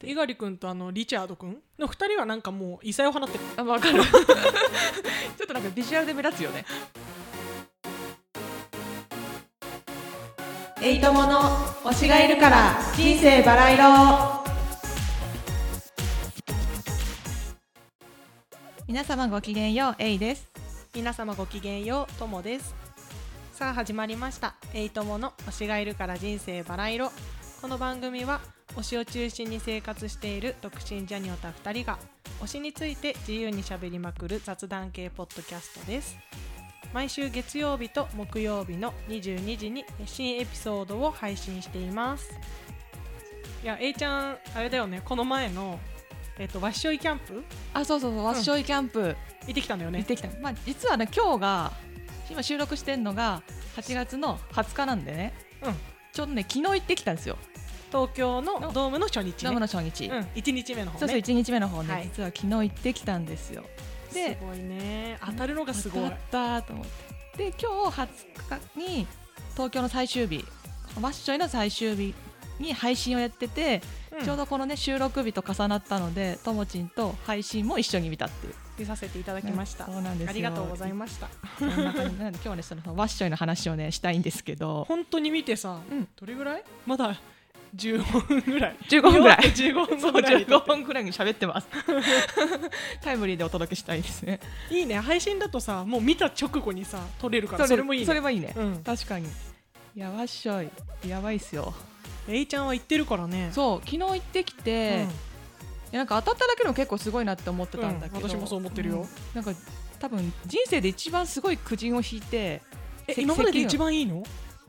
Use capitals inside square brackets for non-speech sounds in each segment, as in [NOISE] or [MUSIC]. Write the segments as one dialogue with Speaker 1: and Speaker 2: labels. Speaker 1: 猪狩君とあのリチャード君の2人はなんかもう異彩を放ってる
Speaker 2: あ分
Speaker 1: [LAUGHS]
Speaker 2: かるちょっとなんかビジュアルで目立つよね
Speaker 3: エイトモの推しがいるから人生バラ色
Speaker 2: 皆様ごきげんようエイです
Speaker 1: 皆様ごきげんようともですさあ始まりました「エイトモの推しがいるから人生バラ色」この番組は推しを中心に生活している独身ジャニオタ2人が推しについて自由にしゃべりまくる雑談系ポッドキャストです毎週月曜日と木曜日の22時に新エピソードを配信していますいや A ちゃんあれだよねこの前のえっとわっしょいキャンプ
Speaker 2: あそうそうそうわっしょいキャンプ
Speaker 1: 行ってきたんだよ
Speaker 2: 行っ
Speaker 1: ね
Speaker 2: てきた、まあ実はね今日が今収録してんのが8月の20日なんでね
Speaker 1: うん
Speaker 2: ちょうどね昨日行ってきたんですよ
Speaker 1: 東京の
Speaker 2: の
Speaker 1: ドームの初日
Speaker 2: ドー
Speaker 1: ね
Speaker 2: ムの初日、
Speaker 1: うん、1日目の方
Speaker 2: そうそう
Speaker 1: ね
Speaker 2: 1日目の方ね、
Speaker 1: はい
Speaker 2: 実は昨日行ってきたんですよ
Speaker 1: す
Speaker 2: で
Speaker 1: ごいね当たるのがすごい
Speaker 2: よかったと思ってで今日20日に東京の最終日ワッショイの最終日に配信をやってて、
Speaker 1: ん
Speaker 2: ちょうどこのね収録日と重なったのでともちんと配信も一緒に見たっていう
Speaker 1: 見させていただきました、
Speaker 2: そうなんですよ
Speaker 1: ありがとうございました
Speaker 2: そんな感じなんで今日はねそのワッショイの話をねしたいんですけど
Speaker 1: 本当に見てさ、
Speaker 2: うん
Speaker 1: どれぐらいまだ15分ぐらい
Speaker 2: 15分ぐらい
Speaker 1: 15分
Speaker 2: そう
Speaker 1: ぐらい
Speaker 2: 15分ぐらいに喋ってます [LAUGHS] タイムリーでお届けしたいですね
Speaker 1: いいね配信だとさもう見た直後にさ撮れる [LAUGHS] からそれもいい
Speaker 2: それ
Speaker 1: ね
Speaker 2: もいいね、
Speaker 1: うん
Speaker 2: 確かにいやワッショイやばいっすよ
Speaker 1: A ちゃんは行ってるからね
Speaker 2: そう昨日行ってき
Speaker 1: う
Speaker 2: て、
Speaker 1: ん
Speaker 2: いやなんか当たっただけでも結構すごいなって思ってたんだけど、
Speaker 1: うん私もそう思ってるよ
Speaker 2: うんなんか多分人生で一番すごい苦人を引いて
Speaker 1: え
Speaker 2: せ
Speaker 1: 今までで
Speaker 2: 席を
Speaker 1: 一番いいの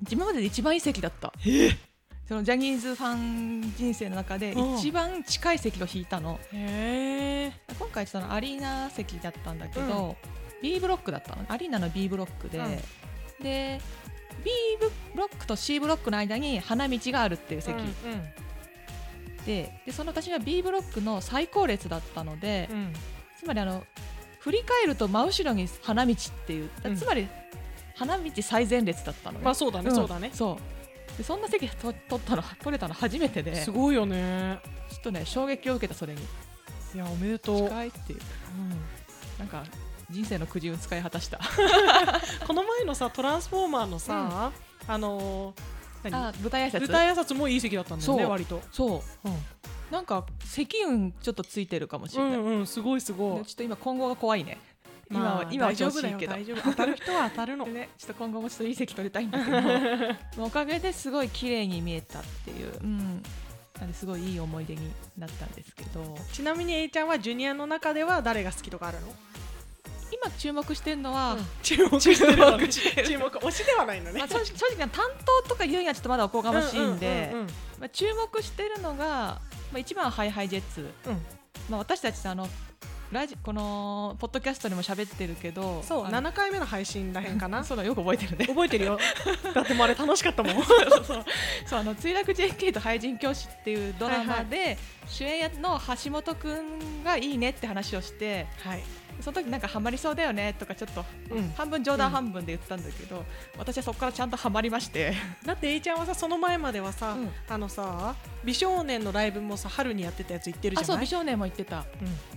Speaker 2: 今までで一番いい席だったそのジャニーズファン人生の中で
Speaker 1: うん
Speaker 2: 一番近い席を引いたの、
Speaker 1: へえ
Speaker 2: 今回そのアリーナ席だったんだけど、B ブロックだったのアリーナの B ブロックで、で B ブロックと C ブロックの間に花道があるっていう席で,、でその私は B ブロックの最高列だったので、
Speaker 1: うんうん
Speaker 2: つまりあの振り返ると真後ろに花道っていう、
Speaker 1: うん
Speaker 2: つまり花道最前列だったのね、
Speaker 1: まあそうだね、
Speaker 2: ん
Speaker 1: そうだね
Speaker 2: そうでそんな席と取ったの取れたの初めてでち
Speaker 1: す
Speaker 2: ょ
Speaker 1: ごいよね
Speaker 2: っとね衝撃を受けたそれに
Speaker 1: いやおめでとう、
Speaker 2: 近いっていうなんか人生の苦渋を使い果たした
Speaker 1: この前のさトランスフォーマーのさ、あのー何
Speaker 2: あ舞台挨拶
Speaker 1: 舞台挨拶もいい席だったんだよね
Speaker 2: そう
Speaker 1: 割と、
Speaker 2: そう
Speaker 1: うん、
Speaker 2: なんか積運ちょっとついてるかもし
Speaker 1: う
Speaker 2: れない、
Speaker 1: んうんすごいすご
Speaker 2: で
Speaker 1: い
Speaker 2: ちょっと今今後が怖いね今は、
Speaker 1: まあ
Speaker 2: 今は
Speaker 1: 大丈
Speaker 2: 調子
Speaker 1: 夫だ
Speaker 2: いい
Speaker 1: よ
Speaker 2: けど
Speaker 1: 大丈夫当たる人は当たるの
Speaker 2: でね、ちょっと今後もちょっといい席取りたいんだ
Speaker 1: [LAUGHS]
Speaker 2: けどまあおかげですごい綺麗に見えたっていう、うん、なんですごいいい思い出になったんですけど
Speaker 1: ちなみに A ちゃんはジュニアの中では誰が好きとかあるの
Speaker 2: 今注目してるのは、
Speaker 1: 注目してるのね
Speaker 2: 注目してる
Speaker 1: 注目推しではないのね
Speaker 2: まあ、正直正直な担当とか言うにはちょっとまだおこがましいんで
Speaker 1: うううん
Speaker 2: まあ注目してるのが、まあ、一番はハイハイジェッツ、
Speaker 1: うん
Speaker 2: まあ、私たちさあのラジこのポッドキャストにも喋ってるけど
Speaker 1: そう
Speaker 2: あの
Speaker 1: 7回目の配信らへんかな
Speaker 2: [LAUGHS] そうだよく覚えてるね
Speaker 1: 覚えてるよ
Speaker 2: [LAUGHS]
Speaker 1: だってもうあれ楽しかったもん
Speaker 2: そうあの墜落 JK と廃人教師っていうドラマで、主演の橋本くんがいいねって話をして
Speaker 1: はい、
Speaker 2: その時なんかハマりそうだよねとかちょっと
Speaker 1: うん、
Speaker 2: 半分冗談
Speaker 1: うん
Speaker 2: 半分で言ってたんだけど、私はそこからちゃんとハマりまして、
Speaker 1: だって A ちゃんはさその前まではさ、
Speaker 2: うん
Speaker 1: あのさ美少年のライブもさ春にやってたやつ行ってるじ
Speaker 2: あ
Speaker 1: ゃない
Speaker 2: そう美少年も言ってた
Speaker 1: う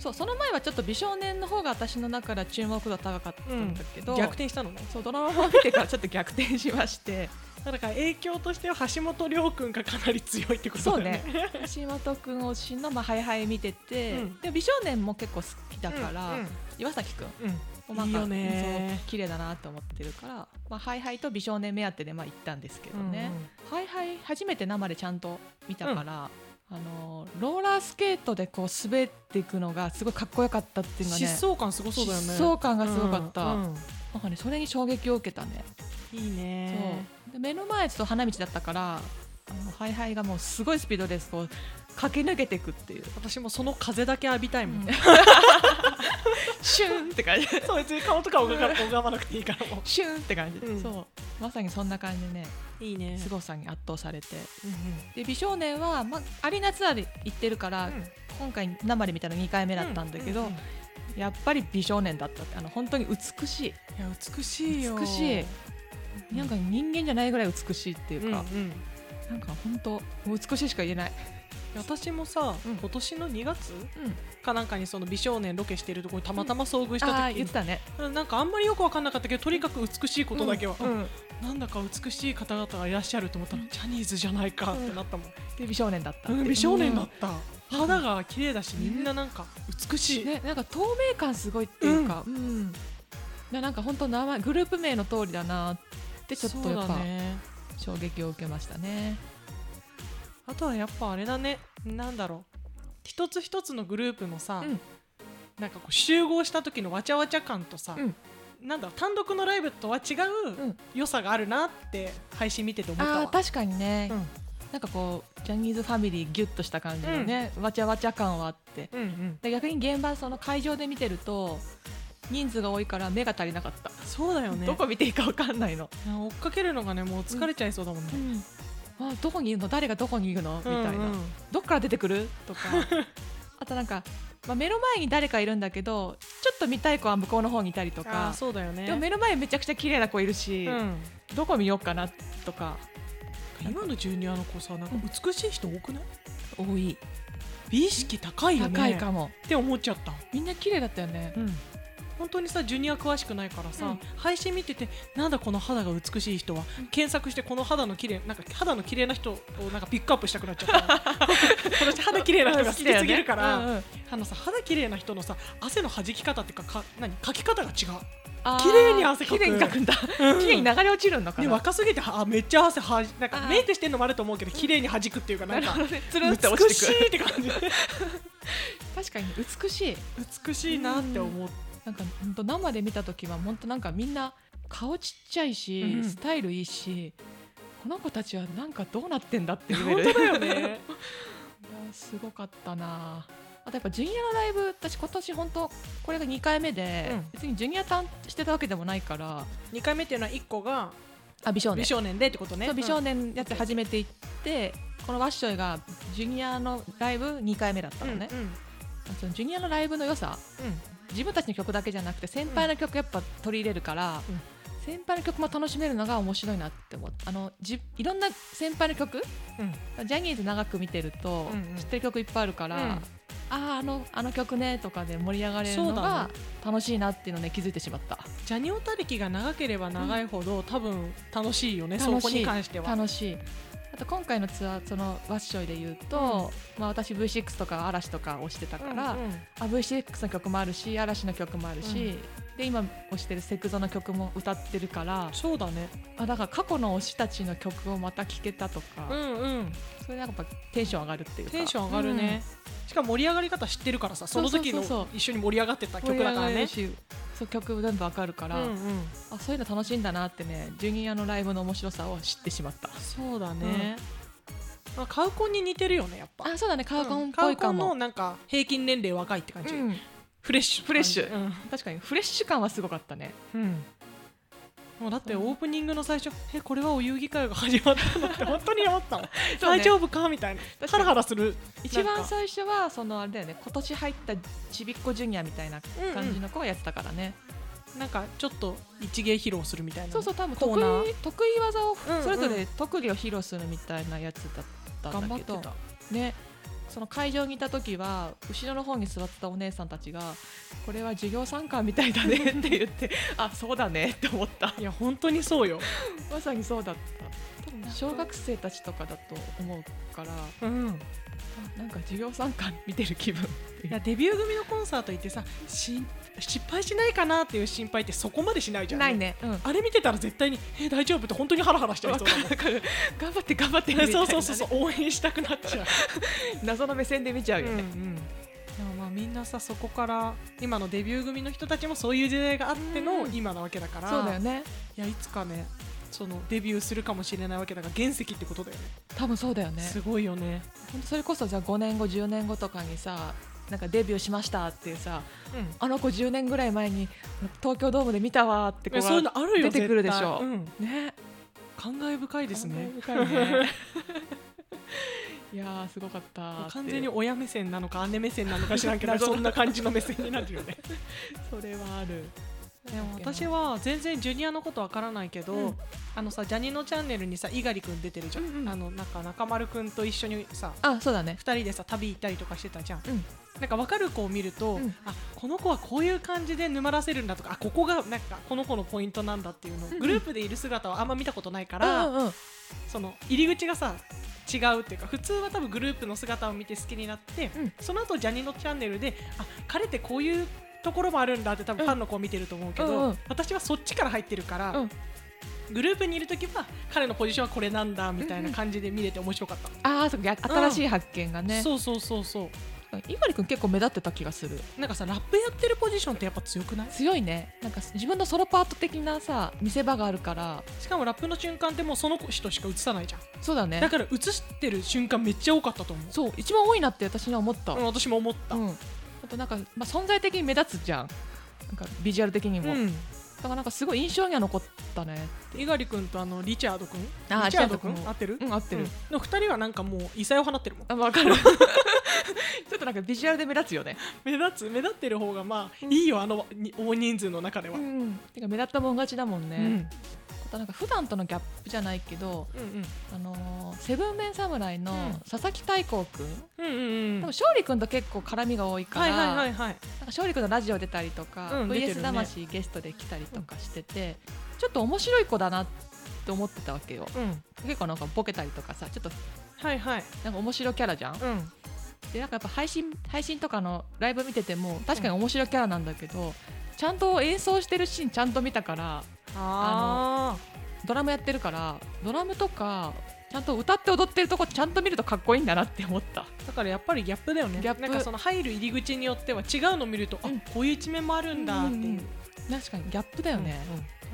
Speaker 2: そうその前はちょっと美少年の方が私の中では注目度高かったんだけど、
Speaker 1: ん、逆転したのね
Speaker 2: そうドラマを見てからちょっと逆転しまして
Speaker 1: だから影響としては橋本涼君がかなり強いってことだ
Speaker 2: そう
Speaker 1: よね
Speaker 2: [LAUGHS] ね橋本君推しの、まあ、ハイハイ見てて、
Speaker 1: うん
Speaker 2: でも美少年も結構好きだから、
Speaker 1: うん
Speaker 2: 岩崎君
Speaker 1: うん
Speaker 2: もなんか
Speaker 1: いいよね
Speaker 2: そう綺麗だなと思ってるから、まあ、ハイハイと美少年目当てでまあ行ったんですけどね、ハイハイ初めて生でちゃんと見たから、あのローラースケートでこう滑っていくのがすごいかっこよかったっていうのがね
Speaker 1: 疾走感すごそうだよね
Speaker 2: 疾走感がすごかった、
Speaker 1: うんうん
Speaker 2: なんかねそれに衝撃を受けたね、
Speaker 1: いいね
Speaker 2: そうで目の前ちょっと花道だったからあのハイハイがもうすごいスピードでこう駆け抜けていくっていう、
Speaker 1: 私もその風だけ浴びたいもん、
Speaker 2: [LAUGHS] シューンって [LAUGHS] 感じ
Speaker 1: そう別に顔とか拝が拝まなくていいからも
Speaker 2: シューンって感じで、
Speaker 1: うん
Speaker 2: そうまさにそんな感じでね
Speaker 1: ういいね
Speaker 2: すごさに圧倒されて
Speaker 1: うん
Speaker 2: で美少年は、まあ、アリーナツアーで行ってるから、
Speaker 1: うん
Speaker 2: 今回生で見たの2回目だったんだけ
Speaker 1: う
Speaker 2: ど、
Speaker 1: うんい
Speaker 2: やっぱり美少年だったってあの本当に美しい、
Speaker 1: や美しいよ
Speaker 2: 美しい
Speaker 1: うん
Speaker 2: なんか人間じゃないぐらい美しいっていううん
Speaker 1: う
Speaker 2: か、
Speaker 1: ん
Speaker 2: なんか本当もう美しいしか言えない
Speaker 1: 私もさ、
Speaker 2: うん
Speaker 1: 今年の2月
Speaker 2: うん
Speaker 1: かなんかにその美少年ロケしてるところにたまたま遭遇した
Speaker 2: あー
Speaker 1: 時に
Speaker 2: 言って、たね
Speaker 1: うんなんかあんまりよく分かんなかったけどとにかく美しいことだけは、
Speaker 2: うんうん
Speaker 1: なんだか美しい方々がいらっしゃると思ったら、ジャニーズじゃないかってなったもん、
Speaker 2: で美少年だった
Speaker 1: うん美少年だった、肌が綺麗だしみんななんか美しい、
Speaker 2: ね、なんか透明感すごいっていうか、うんななんか本当名前グループ名の通りだなってちょっとやっ
Speaker 1: そう
Speaker 2: ぱ、
Speaker 1: だね
Speaker 2: 衝撃を受けましたね。
Speaker 1: あとはやっぱあれだねなんだろう一つ一つのグループのさ、
Speaker 2: うん
Speaker 1: なんかこう集合した時のわちゃわちゃ感とさ、
Speaker 2: うん
Speaker 1: なんだろう単独のライブとは違
Speaker 2: う
Speaker 1: うん良さがあるなって配信見てて思った
Speaker 2: あ
Speaker 1: わ
Speaker 2: あ、確かにね、
Speaker 1: うん
Speaker 2: なんかこうジャニーズファミリーギュッとした感じのね、わちゃわちゃ感はあって、
Speaker 1: うんうん、
Speaker 2: で逆に現場その会場で見てると人数が多いから目が足りなかった、
Speaker 1: そうだよね
Speaker 2: どこ見ていいかわかんないの、
Speaker 1: いや追っかけるのがねもう疲れちゃいそうだもんね、
Speaker 2: あどこにいるの誰がどこにいるのみたいな、
Speaker 1: うんうん
Speaker 2: どっから出てくる
Speaker 1: [LAUGHS]
Speaker 2: とかあとなんか、まあ、目の前に誰かいるんだけどちょっと見たい子は向こうの方にいたりと
Speaker 1: あー
Speaker 2: か
Speaker 1: そうだよね
Speaker 2: でも目の前めちゃくちゃ綺麗な子いるし、
Speaker 1: うん、
Speaker 2: どこ見ようかなとか
Speaker 1: 今のジュニアの子さなんか美しい人多くない、
Speaker 2: 多い
Speaker 1: 美意識高いよね
Speaker 2: 高いかも
Speaker 1: って思っちゃった
Speaker 2: みんな綺麗だったよね、
Speaker 1: 本当にさジュニア詳しくないからさ、
Speaker 2: うん
Speaker 1: 配信見ててなんだこの肌が美しい人は、検索してこの肌の綺麗なんか肌の綺麗な人をなんかピックアップしたくなっちゃ
Speaker 2: [LAUGHS]
Speaker 1: った私肌綺麗な人が好きすぎるから、
Speaker 2: うんうん
Speaker 1: あのさ肌綺麗な人のさ汗の弾き方っていうかか何かき方が違う、
Speaker 2: あー
Speaker 1: 綺麗に汗かく
Speaker 2: 綺麗にかくんだ、綺麗に流れ落ちるのか
Speaker 1: ね、
Speaker 2: な、
Speaker 1: 若すぎてあめっちゃ汗はじなん
Speaker 2: あ
Speaker 1: か
Speaker 2: ー
Speaker 1: メイクしてんのもあると思うけど綺麗に弾くっていうかな
Speaker 2: なんる
Speaker 1: か
Speaker 2: ほどねつるんって落
Speaker 1: 美
Speaker 2: ち
Speaker 1: して
Speaker 2: くる
Speaker 1: いって感じ
Speaker 2: [LAUGHS] 確かに美しい
Speaker 1: 美しいなって思って、
Speaker 2: なんか本当生で見た時は本当なんかみんな顔ちっちゃいし、
Speaker 1: うん
Speaker 2: スタイルいいしこの子たちはなんかどうなってんだっていう
Speaker 1: 本当だよ [LAUGHS] ね
Speaker 2: いやすごかったなあとやっぱジュニアのライブ私今年本当これが2回目で、
Speaker 1: うん
Speaker 2: 別にジュニア担当してたわけでもないから
Speaker 1: 2回目っていうのは1個が
Speaker 2: あ美少
Speaker 1: 美
Speaker 2: 年
Speaker 1: 少年でってことね
Speaker 2: そう美少年やって始めていって、このワッショイがジュニアのライブ2回目だったのね、
Speaker 1: うんうん
Speaker 2: そのジュニアのライブの良さ
Speaker 1: うん
Speaker 2: 自分たちの曲だけじゃなくて先輩の曲やっぱ取り入れるから、
Speaker 1: うん
Speaker 2: 先輩の曲も楽しめるのが面白いなって思ったあのじいろんな先輩の曲、ジャニーズ長く見てると、
Speaker 1: うんうん
Speaker 2: 知ってる曲いっぱいあるから、
Speaker 1: うん
Speaker 2: あああのあの曲ねとかで盛り上がれるの
Speaker 1: そうだ
Speaker 2: が
Speaker 1: ね
Speaker 2: 楽しいなっていうのね気づいてしまった
Speaker 1: ジャニオタ歴が長ければ長いほど、多分楽しいよねそ
Speaker 2: 楽しい
Speaker 1: こに関しては。
Speaker 2: 楽しいあと今回のツアーそのワッショイで言うと、まあ、私 V6 とか嵐とかをしてたから、
Speaker 1: うんうん
Speaker 2: あ V6 の曲もあるし嵐の曲もあるし、で今推してるセクゾの曲も歌ってるから
Speaker 1: そうだね。
Speaker 2: あだから過去の推したちの曲をまた聴けたとか、
Speaker 1: うんうん。
Speaker 2: それでやっぱテンション上がるっていうか
Speaker 1: テンション上がるね。しかも盛り上がり方知ってるからさ、その時の
Speaker 2: そうそうそうそう
Speaker 1: 一緒に盛り上がってた
Speaker 2: うん、
Speaker 1: 曲だから
Speaker 2: 盛り上がれ
Speaker 1: ね
Speaker 2: る。しそう曲全部わかるか
Speaker 1: う
Speaker 2: ら、
Speaker 1: んうん。
Speaker 2: あそういうの楽しいんだなってねジュニアのライブの面白さを知ってしまった
Speaker 1: そうだね。まあカウコンに似てるよねやっぱ。
Speaker 2: あそうだねカーコンっ
Speaker 1: カ
Speaker 2: ぽ
Speaker 1: ウ
Speaker 2: い
Speaker 1: コ
Speaker 2: か
Speaker 1: ンの
Speaker 2: も、
Speaker 1: なんか平均年齢若いって感じ。
Speaker 2: うん
Speaker 1: フレッシュ。
Speaker 2: フレッシュ
Speaker 1: うん
Speaker 2: 確かにフレッシュ感はすごかったね
Speaker 1: うん。もうだってオープニングの最初、えこれはお遊戯会が始まったのって本当に思ったもん
Speaker 2: そうね
Speaker 1: 大丈夫かみたいな。
Speaker 2: 確
Speaker 1: ハ
Speaker 2: かに
Speaker 1: ラハラする。
Speaker 2: 一
Speaker 1: なん
Speaker 2: 番
Speaker 1: か
Speaker 2: 最初はそのあれだよね今年入ったちびっこジュニアみたいな感じの子がやってたからね、
Speaker 1: なんかちょっと一芸披露するみたいな
Speaker 2: そうそう多分得
Speaker 1: コーナ
Speaker 2: 意得意技を
Speaker 1: うんうん
Speaker 2: それぞれ特技を披露するみたいなやつだった
Speaker 1: 頑張
Speaker 2: んだ
Speaker 1: っ
Speaker 2: け
Speaker 1: て
Speaker 2: ど
Speaker 1: た
Speaker 2: ねその会場にいた時は後ろの方に座ってたお姉さんたちが「これは授業参観みたいだね」って言って「あそうだね」って思った
Speaker 1: いや本当にそうよ、
Speaker 2: まさにそうだった多分小学生たちとかだと思うから
Speaker 1: うん、
Speaker 2: なんか授業参観見てる気分って
Speaker 1: い
Speaker 2: いう
Speaker 1: やデビュー組のコンサート行ってさし失敗しないかなっていう心配ってそこまでしないじゃん
Speaker 2: ね、うん、
Speaker 1: あれ見てたら絶対に「え大丈夫?」って本当にハラハラしちゃい
Speaker 2: わ
Speaker 1: そ
Speaker 2: [LAUGHS] か
Speaker 1: うだ [LAUGHS]
Speaker 2: るわかる頑張って頑張ってみ
Speaker 1: も
Speaker 2: た
Speaker 1: ん
Speaker 2: い
Speaker 1: [LAUGHS]
Speaker 2: な
Speaker 1: そ
Speaker 2: ね
Speaker 1: うそうそうそう応援したくなっちゃう、
Speaker 2: 謎の目線で見ちゃう
Speaker 1: うん
Speaker 2: よ
Speaker 1: う
Speaker 2: ね、
Speaker 1: ん、でもまあみんなさそこから今のデビュー組の人たちもそういう時代があっての
Speaker 2: うん
Speaker 1: 今なわけだから、
Speaker 2: そうだよね
Speaker 1: いやいつかねそのデビューするかもしれないわけだから原石ってことだよね
Speaker 2: 多分そうだよね
Speaker 1: すごいよね、
Speaker 2: 本当それこそじゃあ5年後10年後とかにさなんかデビューしましたっていうさ
Speaker 1: うん
Speaker 2: あの子10年ぐらい前に東京ドームで見たわーって子
Speaker 1: え
Speaker 2: が
Speaker 1: そういうのあるよ
Speaker 2: 出てくるでし
Speaker 1: 絶対
Speaker 2: ょ
Speaker 1: うん
Speaker 2: ね
Speaker 1: 感慨深いですね
Speaker 2: 感慨深い
Speaker 1: [LAUGHS]
Speaker 2: ねいやーすごかったーって
Speaker 1: 完全に親目線なのか姉目線なのか知らんけど [LAUGHS] そんな感じの目線になるよね
Speaker 2: それはある
Speaker 1: でも私は全然ジュニアのことわからないけど、
Speaker 2: うん
Speaker 1: あのさジャニのチャンネルにさ猪狩君出てるじゃん、
Speaker 2: うんうん
Speaker 1: あのなんか中丸君と一緒にさ
Speaker 2: あそうだね
Speaker 1: 2人でさ旅行ったりとかしてたじゃん、
Speaker 2: うん
Speaker 1: なんか分かる子を見ると、
Speaker 2: うん
Speaker 1: あこの子はこういう感じで沼らせるんだとかあここがなんかこの子のポイントなんだっていうのを
Speaker 2: うん
Speaker 1: グループでいる姿はあんま見たことないから、その入り口がさ違うっていうか普通は多分グループの姿を見て好きになって、
Speaker 2: うん
Speaker 1: その後ジャニのチャンネルであ彼ってこういうところもあるんだって多分ファンの子を見てると思うけど、
Speaker 2: うんうん
Speaker 1: 私はそっちから入ってるから、
Speaker 2: うん
Speaker 1: グループにいる時は彼のポジションはこれなんだみたいな感じで見れて面白かった、
Speaker 2: ああそうか新しい発見がね
Speaker 1: そうそうそうそう
Speaker 2: 猪狩君結構目立ってた気がする
Speaker 1: なんかさラップやってるポジションってやっぱ強くない
Speaker 2: 強いねなんか自分のソロパート的なさ見せ場があるから
Speaker 1: しかもラップの瞬間ってもうその人しか映さないじゃん
Speaker 2: そうだ
Speaker 1: だ
Speaker 2: ね
Speaker 1: から映してる瞬間めっちゃ多かったと思う
Speaker 2: そう一番多いなって私には思った、
Speaker 1: うん私も思った、
Speaker 2: うんあとなんか、まあ、存在的に目立つじゃんなんかビジュアル的にも、だ
Speaker 1: ん
Speaker 2: からなんかすごい印象には残ったね
Speaker 1: 猪狩君とあのリチャード君
Speaker 2: あー
Speaker 1: リチャード君
Speaker 2: リチャード君
Speaker 1: 合ってる、
Speaker 2: うん合ってる、
Speaker 1: うんの二人はなんかもう異彩を放ってるもん
Speaker 2: あわ
Speaker 1: [LAUGHS]
Speaker 2: かるちょっとなんかビジュアルで目立つよね
Speaker 1: 目立つ目立ってる方がまあ、いいよあのに大人数の中では、
Speaker 2: んてか目立ったもん勝ちだもんね、
Speaker 1: うん
Speaker 2: あとなんか普段とのギャップじゃないけど
Speaker 1: うん
Speaker 2: あのーセブンメン侍の
Speaker 1: うん
Speaker 2: 佐々木大光くん、
Speaker 1: うんうん
Speaker 2: で
Speaker 1: うん
Speaker 2: も勝利くんと結構絡みが多いか
Speaker 1: はい
Speaker 2: ら、
Speaker 1: はいはいはい
Speaker 2: なんか勝利君のラジオ出たりとか、
Speaker 1: うん出てる
Speaker 2: VS
Speaker 1: ね
Speaker 2: 魂ゲストで来たりとかしてて、ちょっと面白い子だなって思ってたわけよ
Speaker 1: うん
Speaker 2: 結構なんかボケたりとかさちょっと
Speaker 1: はいはい
Speaker 2: なんか面白キャラじゃん、
Speaker 1: うん
Speaker 2: でなんかやっぱ配信配信とかのライブ見てても確かに面白キャラなんだけど、ちゃんと演奏してるシーンちゃんと見たから
Speaker 1: あ
Speaker 2: ドラムやってるからドラムとかちゃんと歌って踊ってるとこちゃんと見るとかっこいいんだなって思った
Speaker 1: あだからやっぱりギャップだよね
Speaker 2: ギャップ
Speaker 1: なんかその入る入り口によっては違うの見ると、
Speaker 2: うん
Speaker 1: あこういう一面もあるんだっていう、
Speaker 2: うんうん確かにギャップだよね、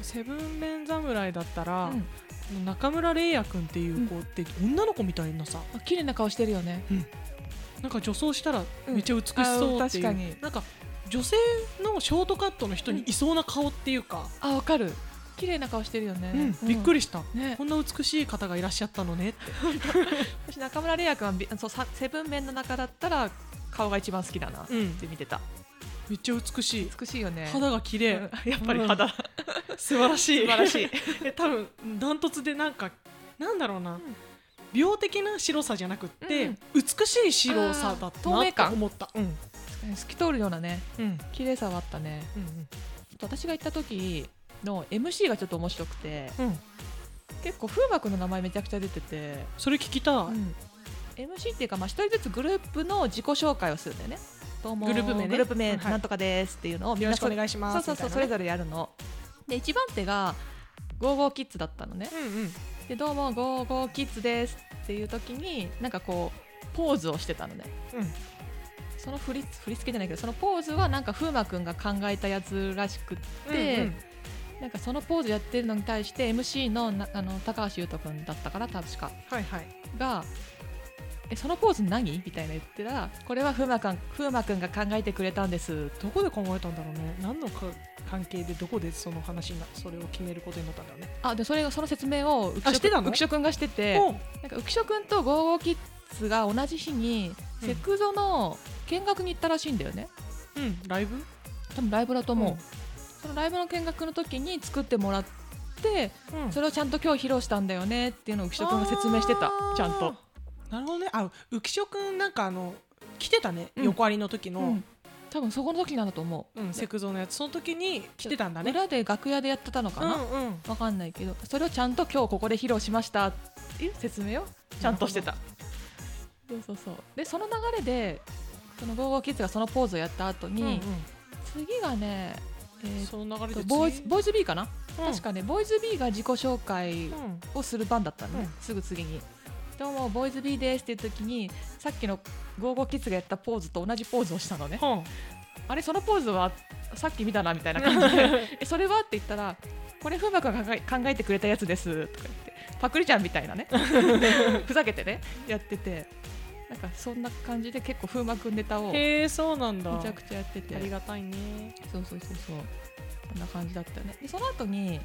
Speaker 1: セブンメン侍だったら、
Speaker 2: うん
Speaker 1: 中村玲也君っていう子って女の子みたいなさ
Speaker 2: あ綺麗な顔してるよね
Speaker 1: なんか女装したらめっちゃ美しそうっていう、
Speaker 2: うんあー確かに
Speaker 1: なんか女性のショートカットの人にいそうな顔っていうか、
Speaker 2: あわかる綺麗な顔してるよね、
Speaker 1: びっく
Speaker 2: り
Speaker 1: りした、
Speaker 2: ね
Speaker 1: こんな美しい方がいらっしゃったのねって
Speaker 2: 私中村玲也君はびそうさセブン面の中だったら顔が一番好きだなっ
Speaker 1: うん
Speaker 2: て見てた
Speaker 1: めっちゃ美しい
Speaker 2: 美しいよね
Speaker 1: 肌が綺麗、
Speaker 2: うんやっぱり肌、
Speaker 1: 素晴らしい
Speaker 2: 素晴らしい
Speaker 1: え多分ダントツでなんかなんだろうな、病的な白さじゃなくって、
Speaker 2: うん
Speaker 1: 美しい白さだった
Speaker 2: あー透
Speaker 1: なと
Speaker 2: 明感
Speaker 1: 思ったうん
Speaker 2: 透き通るようなね
Speaker 1: うん
Speaker 2: 綺麗さはあったね
Speaker 1: うん
Speaker 2: あと私が行った時の MC がちょっと面白くて
Speaker 1: うんうん
Speaker 2: 結構風磨君の名前めちゃくちゃ出てて、
Speaker 1: それ聞きたい、
Speaker 2: MC っていうか、まあ、1人ずつグループの自己紹介をするんだよねどうも
Speaker 1: グループ名ね
Speaker 2: グループ
Speaker 1: は
Speaker 2: 名
Speaker 1: い
Speaker 2: なんとかですっていうのをみん
Speaker 1: よろ
Speaker 2: な
Speaker 1: しく
Speaker 2: そ
Speaker 1: お
Speaker 2: れ
Speaker 1: 願いします
Speaker 2: そうそうそう、そ
Speaker 1: み
Speaker 2: れ
Speaker 1: たい
Speaker 2: ぞれやるので一番手がゴーゴーキッズだったのね
Speaker 1: なねうんうん
Speaker 2: でどうもゴーゴーキッズですっていう時になんかこうポーズをしてたのね
Speaker 1: うん
Speaker 2: その振り振り付けじゃないけどそのポーズはなんか風磨君が考えたやつらしくって、
Speaker 1: うんうん
Speaker 2: なんかそのポーズやってるのに対して MC のなあの高橋優斗君だったから確か
Speaker 1: はいはい
Speaker 2: が「えそのポーズ何?」みたいな言ってたら「これは風磨君風磨君が考えてくれたんです
Speaker 1: どこで考えたんだろうね何のか関係でどこでその話になそれを決めることになったんだろうね」
Speaker 2: あでそれその説明を浮
Speaker 1: あしてたの
Speaker 2: 浮所君がしてて
Speaker 1: おう
Speaker 2: なんか浮所君とゴーゴーキッズが同じ日に
Speaker 1: うん
Speaker 2: セクゾの見学に行ったらしいんだよね、
Speaker 1: うんライブ
Speaker 2: 多分ライブだと思う、
Speaker 1: うん
Speaker 2: そのライブの見学の時に作ってもらって
Speaker 1: うん
Speaker 2: それをちゃんと今日披露したんだよねっていうのを浮所君が説明してた
Speaker 1: あー
Speaker 2: ちゃんと。
Speaker 1: なるほどねあ浮所くんなんかあの来てたね、
Speaker 2: うん
Speaker 1: 横ありの時
Speaker 2: う
Speaker 1: の
Speaker 2: ん、多分そこの時なんだと思う、
Speaker 1: うん、セクゾのやつその時に来てたんだね
Speaker 2: 裏で楽屋でやってたのか
Speaker 1: うん
Speaker 2: な、
Speaker 1: うん
Speaker 2: わかんないけどそれをちゃんと今日ここで披露しましたっていう説明をちゃんとしてたそうそうそうでその流れでそのゴーゴーキッズがそのポーズをやった後に、
Speaker 1: うんうん
Speaker 2: 次がね、えー
Speaker 1: その流れ
Speaker 2: と
Speaker 1: で
Speaker 2: ボーイズ
Speaker 1: 次
Speaker 2: ボーイズ B かな、
Speaker 1: うん
Speaker 2: 確かねボーイズ B が自己紹介
Speaker 1: うん
Speaker 2: をする番だったのね、
Speaker 1: う
Speaker 2: すぐ次に「どうもボーイズ B です」っていう時にさっきのゴーゴーキッズがやったポーズと同じポーズをしたのね
Speaker 1: は
Speaker 2: あれそのポーズはさっき見たなみたいな感
Speaker 1: [LAUGHS]
Speaker 2: じでえそれはって言ったらこれ風磨君が考え考えてくれたやつですとか言ってパクリちゃんみたいな
Speaker 1: [LAUGHS]
Speaker 2: ねふざけてねやっててなんかそんな感じで結構風磨君ネタ
Speaker 1: あ
Speaker 2: をめ
Speaker 1: へえそうなんだ
Speaker 2: ちゃくちゃやってて
Speaker 1: ありがたいね
Speaker 2: そうそうそうそうそんな感じだったよねでその後に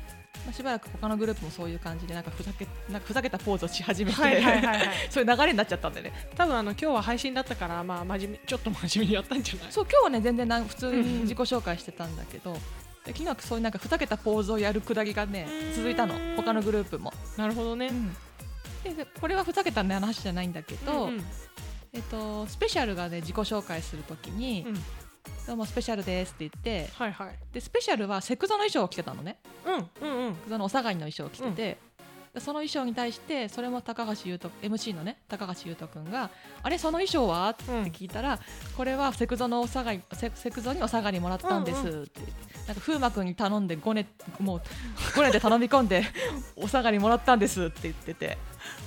Speaker 2: まあしばらく他のグループもそういう感じでなんかふざけなんかふざけたポーズをし始めて、
Speaker 1: はいはいはいはい
Speaker 2: [LAUGHS] そういう流れになっちゃったんでね
Speaker 1: [LAUGHS] 多分あの今日は配信だったからまあ真面目ちょっと真面目にやったんじゃない
Speaker 2: そう今日はね全然な普通に自己紹介してたんだけど、で昨日はそういうなんかふざけたポーズをやるくだりがね
Speaker 1: うん
Speaker 2: 続いたの他のグループも、
Speaker 1: [LAUGHS] なるほどね
Speaker 2: ででこれはふざけた話じゃないんだけど、
Speaker 1: うんうん
Speaker 2: えっと、スペシャルがね自己紹介するときに、
Speaker 1: うん
Speaker 2: どうもスペシャルです」って言って
Speaker 1: はいはい
Speaker 2: でスペシャルはセクゾの衣装を着てたのね
Speaker 1: うんうんうん
Speaker 2: セクゾのお下がりの衣装を着てて、でその衣装に対してそれも高橋優斗 MC のね高橋優斗くんが「あれその衣装は?」って
Speaker 1: うん
Speaker 2: 聞いたら「これはセクゾのお下がりセセクゾにお下がりもらったんです」って言って、なんか風磨くんに頼んでごねもうごねで頼み込んで [LAUGHS] 「お下がりもらったんです」って言ってて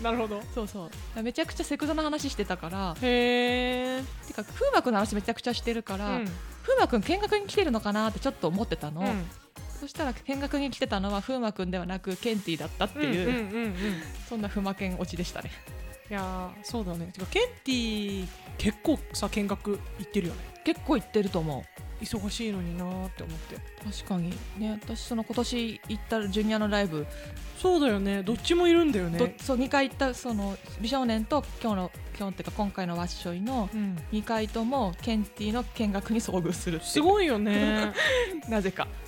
Speaker 1: なるほど
Speaker 2: そうそうめちゃくちゃセクゾの話してたから
Speaker 1: へえ
Speaker 2: てか風磨くんの話めちゃくちゃしてるか
Speaker 1: う
Speaker 2: ら、
Speaker 1: ん
Speaker 2: 風磨くん見学に来てるのかなってちょっと思ってたの、
Speaker 1: うん
Speaker 2: そしたら見学に来てたのは風磨くんではなくケンティだったって
Speaker 1: うん
Speaker 2: い
Speaker 1: う
Speaker 2: う、
Speaker 1: んうんうんい
Speaker 2: そんな風磨犬落ちでしたね
Speaker 1: やーそうだねてかケンティ結構さ見学行ってるよね
Speaker 2: 結構行ってると思う
Speaker 1: 忙しいのになーって思って
Speaker 2: 確かにね私その今年行ったジュニアのライブ、
Speaker 1: そうだよねどっちもいるんだよ
Speaker 2: とそう2回行ったその美少年と今日の今日っていうか今回のワッショイの
Speaker 1: うん
Speaker 2: 2回ともケンティの見学に遭遇するっていう
Speaker 1: すごいよね
Speaker 2: なぜか、
Speaker 1: [LAUGHS]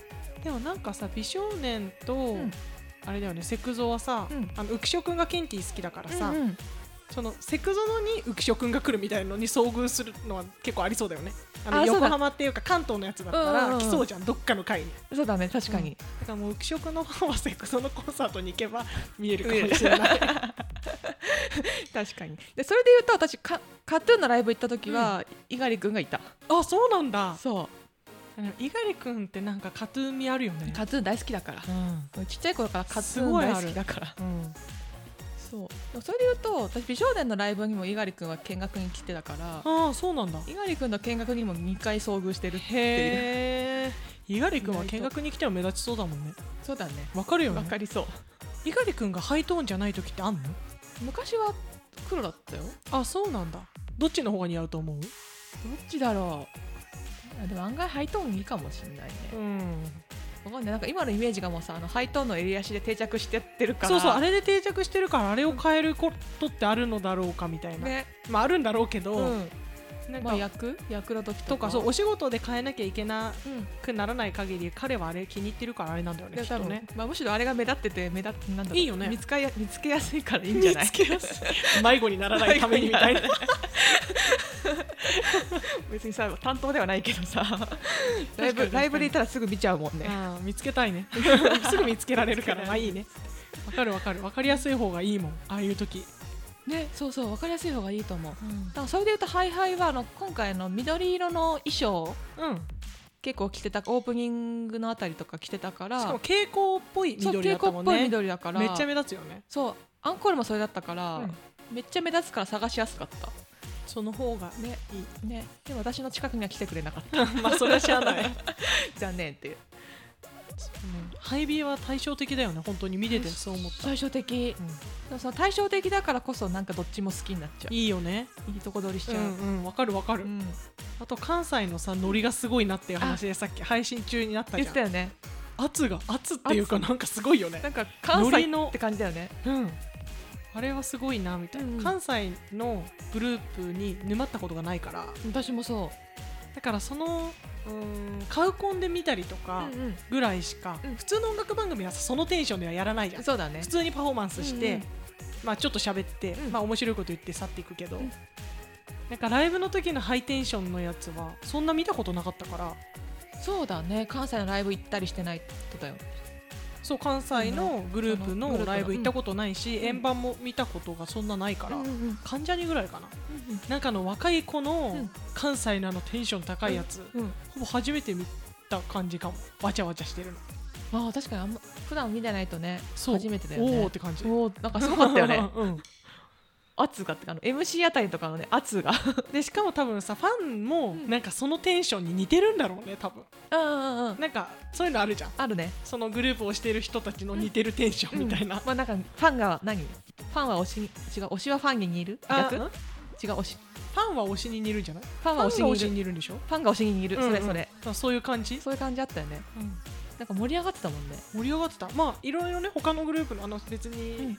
Speaker 1: でもなんかさ美少年と、
Speaker 2: ん
Speaker 1: あれだよねセクゾはさ、
Speaker 2: うん
Speaker 1: あの浮所くんがケンティ好きだからさ、
Speaker 2: うんうん
Speaker 1: そのセクゾのに浮所くんが来るみたいのに遭遇するのは結構ありそうだよねあの
Speaker 2: あそうだ
Speaker 1: 横浜っていうか関東のやつだった
Speaker 2: うんうんう
Speaker 1: ら
Speaker 2: ん
Speaker 1: 来そうじゃんどっかの回に
Speaker 2: そうだね確かに、
Speaker 1: だからもう浮所くんのファンはセクゾのコンサートに行けば見えるかもしれない
Speaker 2: 確かにでそれで言うと私カカトゥーンのライブ行った時は猪狩君がいた
Speaker 1: [LAUGHS] あそうなんだ
Speaker 2: そ
Speaker 1: 猪狩くんってなんかカトゥーミあるよ
Speaker 2: う
Speaker 1: ね
Speaker 2: カトゥーン大好きだから
Speaker 1: うん
Speaker 2: ちっちゃい頃からカツ
Speaker 1: す
Speaker 2: ン
Speaker 1: ごい
Speaker 2: 大
Speaker 1: あ
Speaker 2: 好
Speaker 1: る
Speaker 2: きだから
Speaker 1: うん
Speaker 2: そうでもそれで言うと私美少年のライブにも猪狩君は見学に来てたから
Speaker 1: ああそうなんだ
Speaker 2: 猪狩君の見学にも2回遭遇してるっていう
Speaker 1: へえ猪狩くんは見学に来ても目立ちそうだもんね
Speaker 2: そうだね
Speaker 1: わかるよ
Speaker 2: わ
Speaker 1: ね
Speaker 2: かりそう
Speaker 1: 猪狩くんがハイトーンじゃない時ってあんの
Speaker 2: 昔は黒だったよどっ
Speaker 1: あそうなんだどっちの方が似合うと思う
Speaker 2: ちだろうあでも案外ハイトーンいいかもしれないね、
Speaker 1: うん
Speaker 2: わかんないなんか今のイメージがもうさあのハイトーンの襟足で定着してってるから
Speaker 1: そうそうあれで定着してるからあれを変えることってあるのだろうかみたいな、
Speaker 2: ね
Speaker 1: まああるんだろうけど、
Speaker 2: うん
Speaker 1: なん
Speaker 2: まあ
Speaker 1: か、
Speaker 2: 役役の時と
Speaker 1: と
Speaker 2: か
Speaker 1: かそうお仕事で変えなきゃいけな
Speaker 2: うん
Speaker 1: くならない限り彼はあれ気に入ってるからあれなんだよね
Speaker 2: で
Speaker 1: きっと
Speaker 2: 多分
Speaker 1: ね
Speaker 2: ね、まあ、むしろあれが目立ってて目立ってなんだろう
Speaker 1: いいよね
Speaker 2: 見つかや見つけやすいからいいんじゃない
Speaker 1: 見つけやす迷子にならないためにみたいな
Speaker 2: 別にさ担当ではないけど [LAUGHS] さラ
Speaker 1: 確
Speaker 2: イ
Speaker 1: か
Speaker 2: ブ
Speaker 1: に
Speaker 2: ライブでいたらすぐ見ちゃうもんね
Speaker 1: あー見つけた [LAUGHS] いねすぐ見つけられるからまあいいねわかるわかるわかりやすい方がいいもんああいう時、
Speaker 2: ねそうそう分かりやすい方がいいと思うだからそれでいうとハイハイはあの今回の緑色の衣装
Speaker 1: うん
Speaker 2: 結構着てたオープニングのあたりとか着てたから
Speaker 1: しかも蛍光っぽい
Speaker 2: そう
Speaker 1: 緑だったもん
Speaker 2: 蛍光っぽい
Speaker 1: ね
Speaker 2: 緑だから
Speaker 1: めっちゃ目立つよね
Speaker 2: そうアンコールもそれだったから、
Speaker 1: うん
Speaker 2: めっちゃ目立つから探しやすかった
Speaker 1: その方がねいい
Speaker 2: ねでも私の近くには来てくれなかった
Speaker 1: [LAUGHS]
Speaker 2: [LAUGHS]
Speaker 1: まあそれは知ら [LAUGHS] ない、
Speaker 2: 残念っていう
Speaker 1: ハイビーは対照的だよね本当に見ててそう思った、
Speaker 2: 対照的でもその対照的だからこそなんかどっちも好きになっちゃう
Speaker 1: いいよね
Speaker 2: いいとこ取りし
Speaker 1: う
Speaker 2: ちゃう、
Speaker 1: んうんわかるわかる、
Speaker 2: うん
Speaker 1: あと関西のさノリがすごいなっていう話でさっき配信中になった
Speaker 2: 言っ
Speaker 1: じ
Speaker 2: て
Speaker 1: ゃ
Speaker 2: た
Speaker 1: ん
Speaker 2: よね
Speaker 1: 圧が圧っていうかなんかすごいよね
Speaker 2: なんか関
Speaker 1: ノ
Speaker 2: 西
Speaker 1: リの
Speaker 2: って感じだよね
Speaker 1: うんあれはすごいなみたいな、
Speaker 2: うん
Speaker 1: 関西のグループに沼ったことがないから
Speaker 2: 私もそ
Speaker 1: だからそのうんカウコンで見たりと
Speaker 2: う
Speaker 1: か
Speaker 2: ん
Speaker 1: ぐらいしか、
Speaker 2: うん
Speaker 1: 普通の音楽番組はさそのテンションではやらないじゃん
Speaker 2: そうだね
Speaker 1: 普通にパフォーマンスして、
Speaker 2: うんうん
Speaker 1: まあ、ちょっと喋って、
Speaker 2: うん
Speaker 1: まあ、面白いこと言って去っていくけど、
Speaker 2: うん
Speaker 1: なんかライブの時のハイテンションのやつはそんな見たことなかったから
Speaker 2: そうだね関西のライブ行ったりしてないとだよ
Speaker 1: そう関西のグループ
Speaker 2: その
Speaker 1: の
Speaker 2: グループの
Speaker 1: ライブ行ったことないし、
Speaker 2: うん
Speaker 1: 円盤も見たことがそんなないから、
Speaker 2: うん
Speaker 1: 関ジャニぐらいかななんかあの若い子
Speaker 2: う
Speaker 1: の
Speaker 2: ん
Speaker 1: 関西のあのテンション高いやつ、
Speaker 2: うん
Speaker 1: ほぼ初めて見た感じかもわちゃわちゃしてるの
Speaker 2: まあ確かにあんま普段見てないとね
Speaker 1: そう
Speaker 2: 初めてだよね
Speaker 1: おおって感じ
Speaker 2: おーなんかすごかったよ [LAUGHS] ね
Speaker 1: うん
Speaker 2: 圧がってあの MC あたりとかのね圧が
Speaker 1: [LAUGHS] でしかも多分さファンも
Speaker 2: ん
Speaker 1: なんかそのテンションに似てるんだろうね多分
Speaker 2: うんうんうん
Speaker 1: なんかそういうのあるじゃん
Speaker 2: あるね
Speaker 1: そのグループをしてる人たちの似てるテンションみたいな、
Speaker 2: まあなんかファンが何ファンは推しに違う推しはファンに似る
Speaker 1: あ
Speaker 2: 逆
Speaker 1: う
Speaker 2: 違
Speaker 1: ん
Speaker 2: う
Speaker 1: フ
Speaker 2: 推し
Speaker 1: ァンは推しに似るんじゃない
Speaker 2: ファン
Speaker 1: ファン
Speaker 2: は
Speaker 1: は
Speaker 2: 推し
Speaker 1: 推
Speaker 2: に
Speaker 1: し
Speaker 2: 似
Speaker 1: に
Speaker 2: る
Speaker 1: 似るんでしょ
Speaker 2: ファンが推しに似るそれそれ
Speaker 1: うんうんそういう感じ、
Speaker 2: そういう感じあったよねなんか盛り上がってたもんね
Speaker 1: 盛り上がってたまあいろいろね他のグループのあの別に、
Speaker 2: うん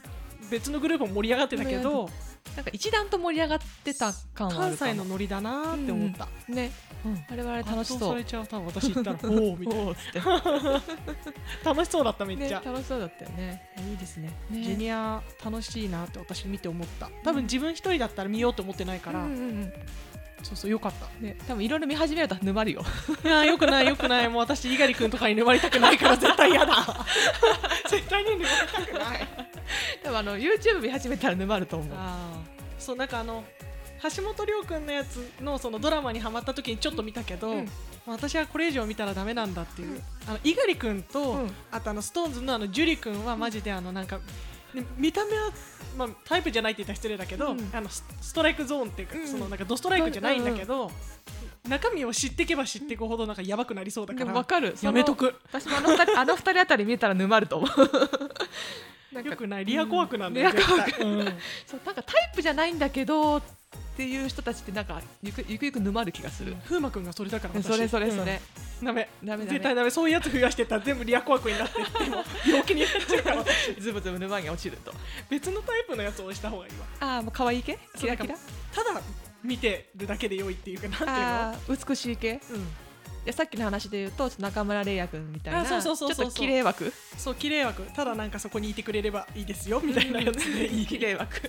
Speaker 1: 別のグループも盛り上がってたけど
Speaker 2: なんか一段と盛り上がってた感は
Speaker 1: 関
Speaker 2: あるかも
Speaker 1: 西のノリだなーって思った、
Speaker 2: ね、
Speaker 1: うん
Speaker 2: 我々楽し
Speaker 1: 圧倒
Speaker 2: そ
Speaker 1: さ
Speaker 2: う
Speaker 1: れ
Speaker 2: [LAUGHS]
Speaker 1: ちゃう多分私行ったらおおみたい
Speaker 2: おーっつって
Speaker 1: な楽しそうだっためっ
Speaker 2: ね
Speaker 1: ちゃ、
Speaker 2: 楽しそうだったよね
Speaker 1: いいですね
Speaker 2: ね
Speaker 1: ジュニア楽しいなって私見て思った多分自分一人だったら見ようと思ってないから、
Speaker 2: うんうんうん
Speaker 1: そうそうよか
Speaker 2: [LAUGHS]
Speaker 1: った
Speaker 2: ね、多分いろいろ見始めると
Speaker 1: [LAUGHS]
Speaker 2: 沼るよ
Speaker 1: いやよくないよくないもう私猪狩君とかに沼りたくないから絶対嫌
Speaker 2: [LAUGHS]
Speaker 1: だ絶対に沼りたくない
Speaker 2: 多分あの YouTube 見始めたら沼ると思う
Speaker 1: あそうなんかあの橋本涼君のやつのそのドラマにハマった時にちょっと見たけど、
Speaker 2: うん
Speaker 1: 私はこれ以上見たらダメなんだっていう、あの猪狩君と、
Speaker 2: うん
Speaker 1: あとあのストーンズのあの樹里君はマジであのなんか、ね見た目は、まあ、タイプじゃないって言ったら失礼だけど、
Speaker 2: うん
Speaker 1: あのスストライクゾーンっていうか、
Speaker 2: うん
Speaker 1: そのなんかドストライクじゃないんだけど、中身を知っていけば知っていくほどなんかやばくなりそうだか
Speaker 2: で
Speaker 1: ら
Speaker 2: もわかるそ
Speaker 1: や
Speaker 2: の
Speaker 1: めとく
Speaker 2: 私もあの二人 [LAUGHS] あの二人あたり見たら沼ると思うなんか
Speaker 1: よくないリア怖くなんだ
Speaker 2: う
Speaker 1: よ
Speaker 2: んリア怖く
Speaker 1: 絶対うん
Speaker 2: そうなんかタイプじゃないんだけどっていう人たちってなんかゆくゆくゆく沼る気がする、
Speaker 1: 風磨君がそれだから私
Speaker 2: それそれそれ、
Speaker 1: うんダメ
Speaker 2: ダメダメ
Speaker 1: 絶対ダメそういうやつ増やしてったら全部リアコアクになってってもう病気になっちゃうから私
Speaker 2: ズブズブ沼に落ちると
Speaker 1: 別のタイプのやつを押した方がいいわ
Speaker 2: ああもう可愛い系キラキラ
Speaker 1: ただ見てるだけで良いっていうかなん
Speaker 2: ああー美しい系い
Speaker 1: ていうのうん
Speaker 2: やさっきの話で言うとちょっと中村玲也君みたいな
Speaker 1: あそうそうそうそう
Speaker 2: ちょっと綺麗枠
Speaker 1: そう綺麗枠ただなんかそこにいてくれればいいですよみたいなやつで [LAUGHS] いい
Speaker 2: 綺麗枠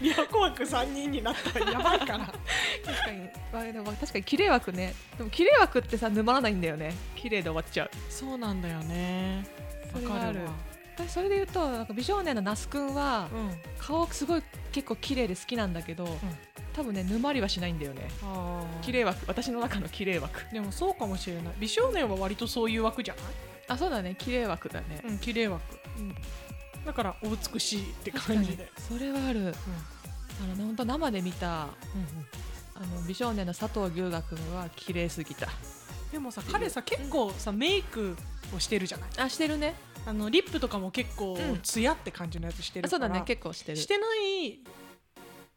Speaker 1: リアコアク3人になったらやばいから
Speaker 2: [LAUGHS] 確かにまあでも確かに綺麗枠ねでも綺麗枠ってさ沼らないんだよね綺麗で終わっちゃう
Speaker 1: そうなんだよね
Speaker 2: それ
Speaker 1: わ
Speaker 2: は
Speaker 1: か
Speaker 2: あ
Speaker 1: る
Speaker 2: る
Speaker 1: わ
Speaker 2: 私それで言うとなんか美少年の那須君は
Speaker 1: うん
Speaker 2: 顔すごい結構綺麗で好きなんだけど、多分ね沼りはしないんだよね
Speaker 1: あー
Speaker 2: 綺麗枠私の中の綺麗枠
Speaker 1: でもそうかもしれない美少年は割とそういう枠じゃない
Speaker 2: あそうだね綺麗枠だね、
Speaker 1: うん、綺麗枠、
Speaker 2: うん
Speaker 1: だからお美しいって
Speaker 2: 確か
Speaker 1: 感
Speaker 2: に
Speaker 1: じで、
Speaker 2: それはあるあのね本当生で見たあ
Speaker 1: うん
Speaker 2: の美少年の佐藤龍我君は綺麗すぎた
Speaker 1: でもさ彼さ結構さメイクをしてるじゃない
Speaker 2: あしてるね
Speaker 1: あのリップとかも結構
Speaker 2: うん
Speaker 1: ツヤって感じのやつして
Speaker 2: あ
Speaker 1: る
Speaker 2: そ
Speaker 1: か
Speaker 2: う
Speaker 1: ら、
Speaker 2: だね結構してる
Speaker 1: してない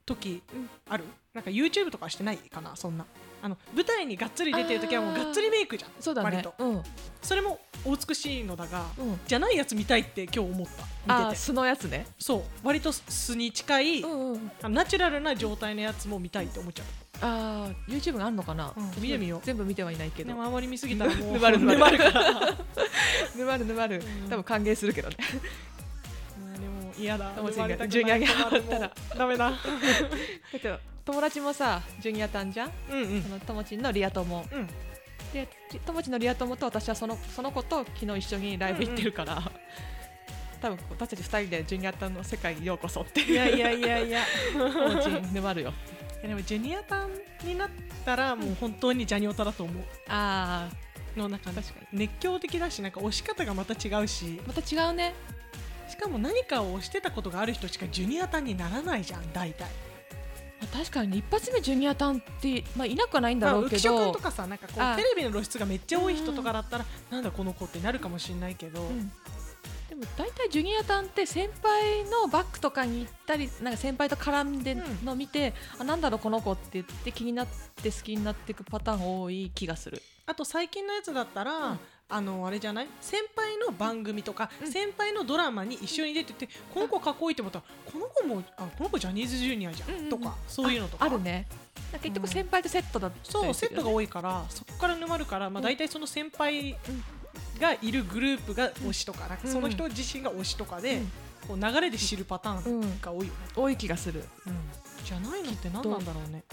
Speaker 1: 時
Speaker 2: うん
Speaker 1: ある、なんか YouTube とかはしてないかなそんなあの舞台にがっつり出てる時はもうがっつりメイクじゃん
Speaker 2: そうだ
Speaker 1: 割
Speaker 2: ね
Speaker 1: と
Speaker 2: うんうん
Speaker 1: それもお美しいのだがじゃないやつ見たいって今日思った
Speaker 2: あ
Speaker 1: 見
Speaker 2: ー
Speaker 1: てて
Speaker 2: 素のやつね
Speaker 1: そう割と素に近い、
Speaker 2: んうん
Speaker 1: あのナチュラルな状態のやつも見たいって思っちゃう
Speaker 2: あー YouTube があるのかな、
Speaker 1: うん見てみよう
Speaker 2: 全部見てはいないけ
Speaker 1: で
Speaker 2: ど
Speaker 1: もあまり見すぎたらもう
Speaker 2: 粘る粘
Speaker 1: [LAUGHS] 粘る
Speaker 2: る
Speaker 1: から
Speaker 2: 沼る沼る
Speaker 1: うん
Speaker 2: 多分歓迎するけどね
Speaker 1: でも嫌だ
Speaker 2: 友達が
Speaker 1: 生まれたくない
Speaker 2: ジュニアにハマったら
Speaker 1: ダメ [LAUGHS] だ
Speaker 2: だけど友達もさジュニアたんじゃん
Speaker 1: うんうん
Speaker 2: その友達のリア友
Speaker 1: うん
Speaker 2: で友達のリア友と私はそのその子と昨日一緒にライブ行ってるから、多分私たち二人でジュニアタンの世界にようこそ [LAUGHS] って
Speaker 1: い
Speaker 2: いう
Speaker 1: やいやいやいやい
Speaker 2: 友達に沼るよ
Speaker 1: やでもジュニアタンになったらもう本当にジャニオタだと思う
Speaker 2: [LAUGHS] ああ
Speaker 1: のなんか
Speaker 2: 確かに
Speaker 1: 熱狂的だしなんか押し方がまた違うし
Speaker 2: また違うね
Speaker 1: しかも何かを押してたことがある人しかジュニアタンにならないじゃん大体
Speaker 2: まあ確かに一発目ジュニアタンって、まあ、いなくはないんだ
Speaker 1: まあ
Speaker 2: ろうけ
Speaker 1: 浮所
Speaker 2: ど、
Speaker 1: 君とかさなんかこ
Speaker 2: あ
Speaker 1: うテレビの露出がめっちゃ多い人とかだったらなんだこの子ってなるかもしれないけど
Speaker 2: うんでも大体ジュニアタンって先輩のバックとかに行ったりなんか先輩と絡んで
Speaker 1: うん
Speaker 2: の見て、あなんだろうこの子って言って気になって好きになっていくパターン多い気がする
Speaker 1: あと最近のやつだったら、
Speaker 2: うん
Speaker 1: あのあれじゃない先輩の番組とか、
Speaker 2: うん
Speaker 1: 先輩のドラマに一緒に出てて、この子かっこいいって思ったらこの子もあこの子ジャニーズジュニアじゃん、
Speaker 2: うんうんうん
Speaker 1: とかそういうのとか
Speaker 2: ああるねなんか結局先輩とセットだったりするよ
Speaker 1: そ
Speaker 2: ね
Speaker 1: うセットが多いからそこから沼るから、まあ、
Speaker 2: うん
Speaker 1: 大体その先輩がいるグループが推しとか,、なんか
Speaker 2: うん
Speaker 1: その人自身が推しとかで、こう流れで知るパターン
Speaker 2: うん
Speaker 1: が多いよね、
Speaker 2: 多い気がする
Speaker 1: じゃないのって何なんだろうね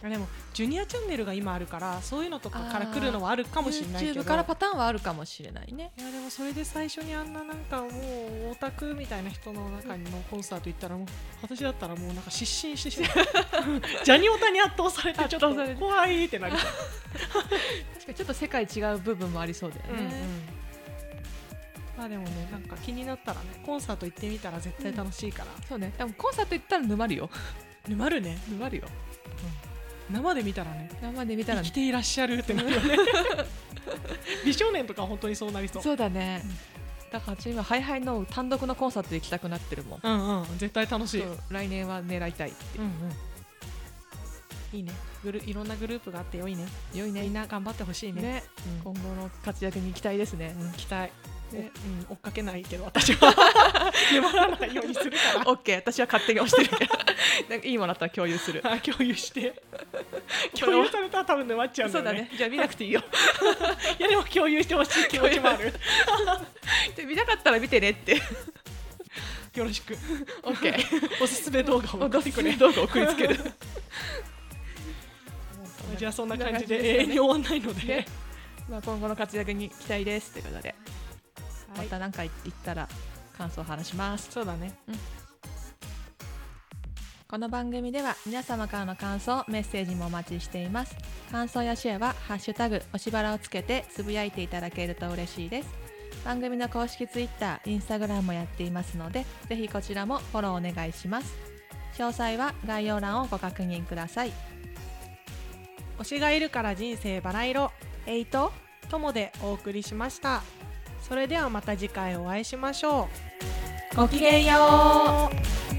Speaker 1: あでもジュニアチャンネルが今あるからそういうのとかから来るのはあるかもしれないけど
Speaker 2: YouTube からパターンはあるかもしれないね
Speaker 1: いやでもそれで最初にあんななんかもうオタクみたいな人の中にのコンサート行ったらもう私だったらもうなんか失神してしま [LAUGHS] うジャニオタに圧倒されてちょっと
Speaker 2: 圧倒されて
Speaker 1: 怖いってなりそう
Speaker 2: 確かにちょっと世界違う部分もありそうだよね、
Speaker 1: まあでもねなんか気になったらねコンサート行ってみたら絶対楽しいから、
Speaker 2: そうねでもコンサート行ったら沼るよ
Speaker 1: 沼るね
Speaker 2: 沼るよ
Speaker 1: 生で見たらね
Speaker 2: 生で見たら
Speaker 1: 生きていらっしゃるってなるよ [LAUGHS] ね美少年とかは本当にそうなりそう
Speaker 2: そうだね、だから私今ハイハイの単独のコンサート行きたくなってるもん
Speaker 1: うんうん絶対楽しい
Speaker 2: そう来年は狙いたいって
Speaker 1: うんうんいいねグルいろんなグループがあって良いね
Speaker 2: 良い
Speaker 1: みんな頑張ってほしいね
Speaker 2: ね、
Speaker 1: うん
Speaker 2: 今後の活躍に期待ですね、
Speaker 1: うん期待うん、追っかけないけど私は [LAUGHS] 粘らないようにするか
Speaker 2: オッケー私は勝手に押してるけ [LAUGHS] どなんかいいものあったら共有する
Speaker 1: ら [LAUGHS] 共有して
Speaker 2: 共
Speaker 1: 共
Speaker 2: 有
Speaker 1: 有されたら多分沼っちゃうんだ
Speaker 2: そう
Speaker 1: よね
Speaker 2: だねじゃあ見なくていいよ
Speaker 1: いやでも共有してほしい [LAUGHS] 気持ちもあ [LAUGHS] る
Speaker 2: [LAUGHS] で見なかったら見て
Speaker 1: [LAUGHS]
Speaker 2: ねって
Speaker 1: よろしく
Speaker 2: オッケー
Speaker 1: おすすめ動画を送ってくれ
Speaker 2: 動画送りつける
Speaker 1: [LAUGHS] じゃあそんな感じ
Speaker 2: [LAUGHS] こんな感じで
Speaker 1: で
Speaker 2: すかね
Speaker 1: 永遠に終わんないので、
Speaker 2: ねまあ今後の活躍に期待ですということで、
Speaker 1: はい
Speaker 2: また何か言ったら感想を話します
Speaker 1: そうだね
Speaker 2: この番組では皆様からの感想メッセージもお待ちしています感想やシェアは「ハッシュタグおしばら」をつけてつぶやいていただけると嬉しいです番組の公式ツイッター、インスタグラムもやっていますのでぜひこちらもフォローお願いします詳細は概要欄をご確認ください
Speaker 1: 推しがいるから人生バラ色
Speaker 2: えいと
Speaker 1: ともでお送りしましたそれではまた次回お会いしましょう
Speaker 2: ごきげんよう
Speaker 1: う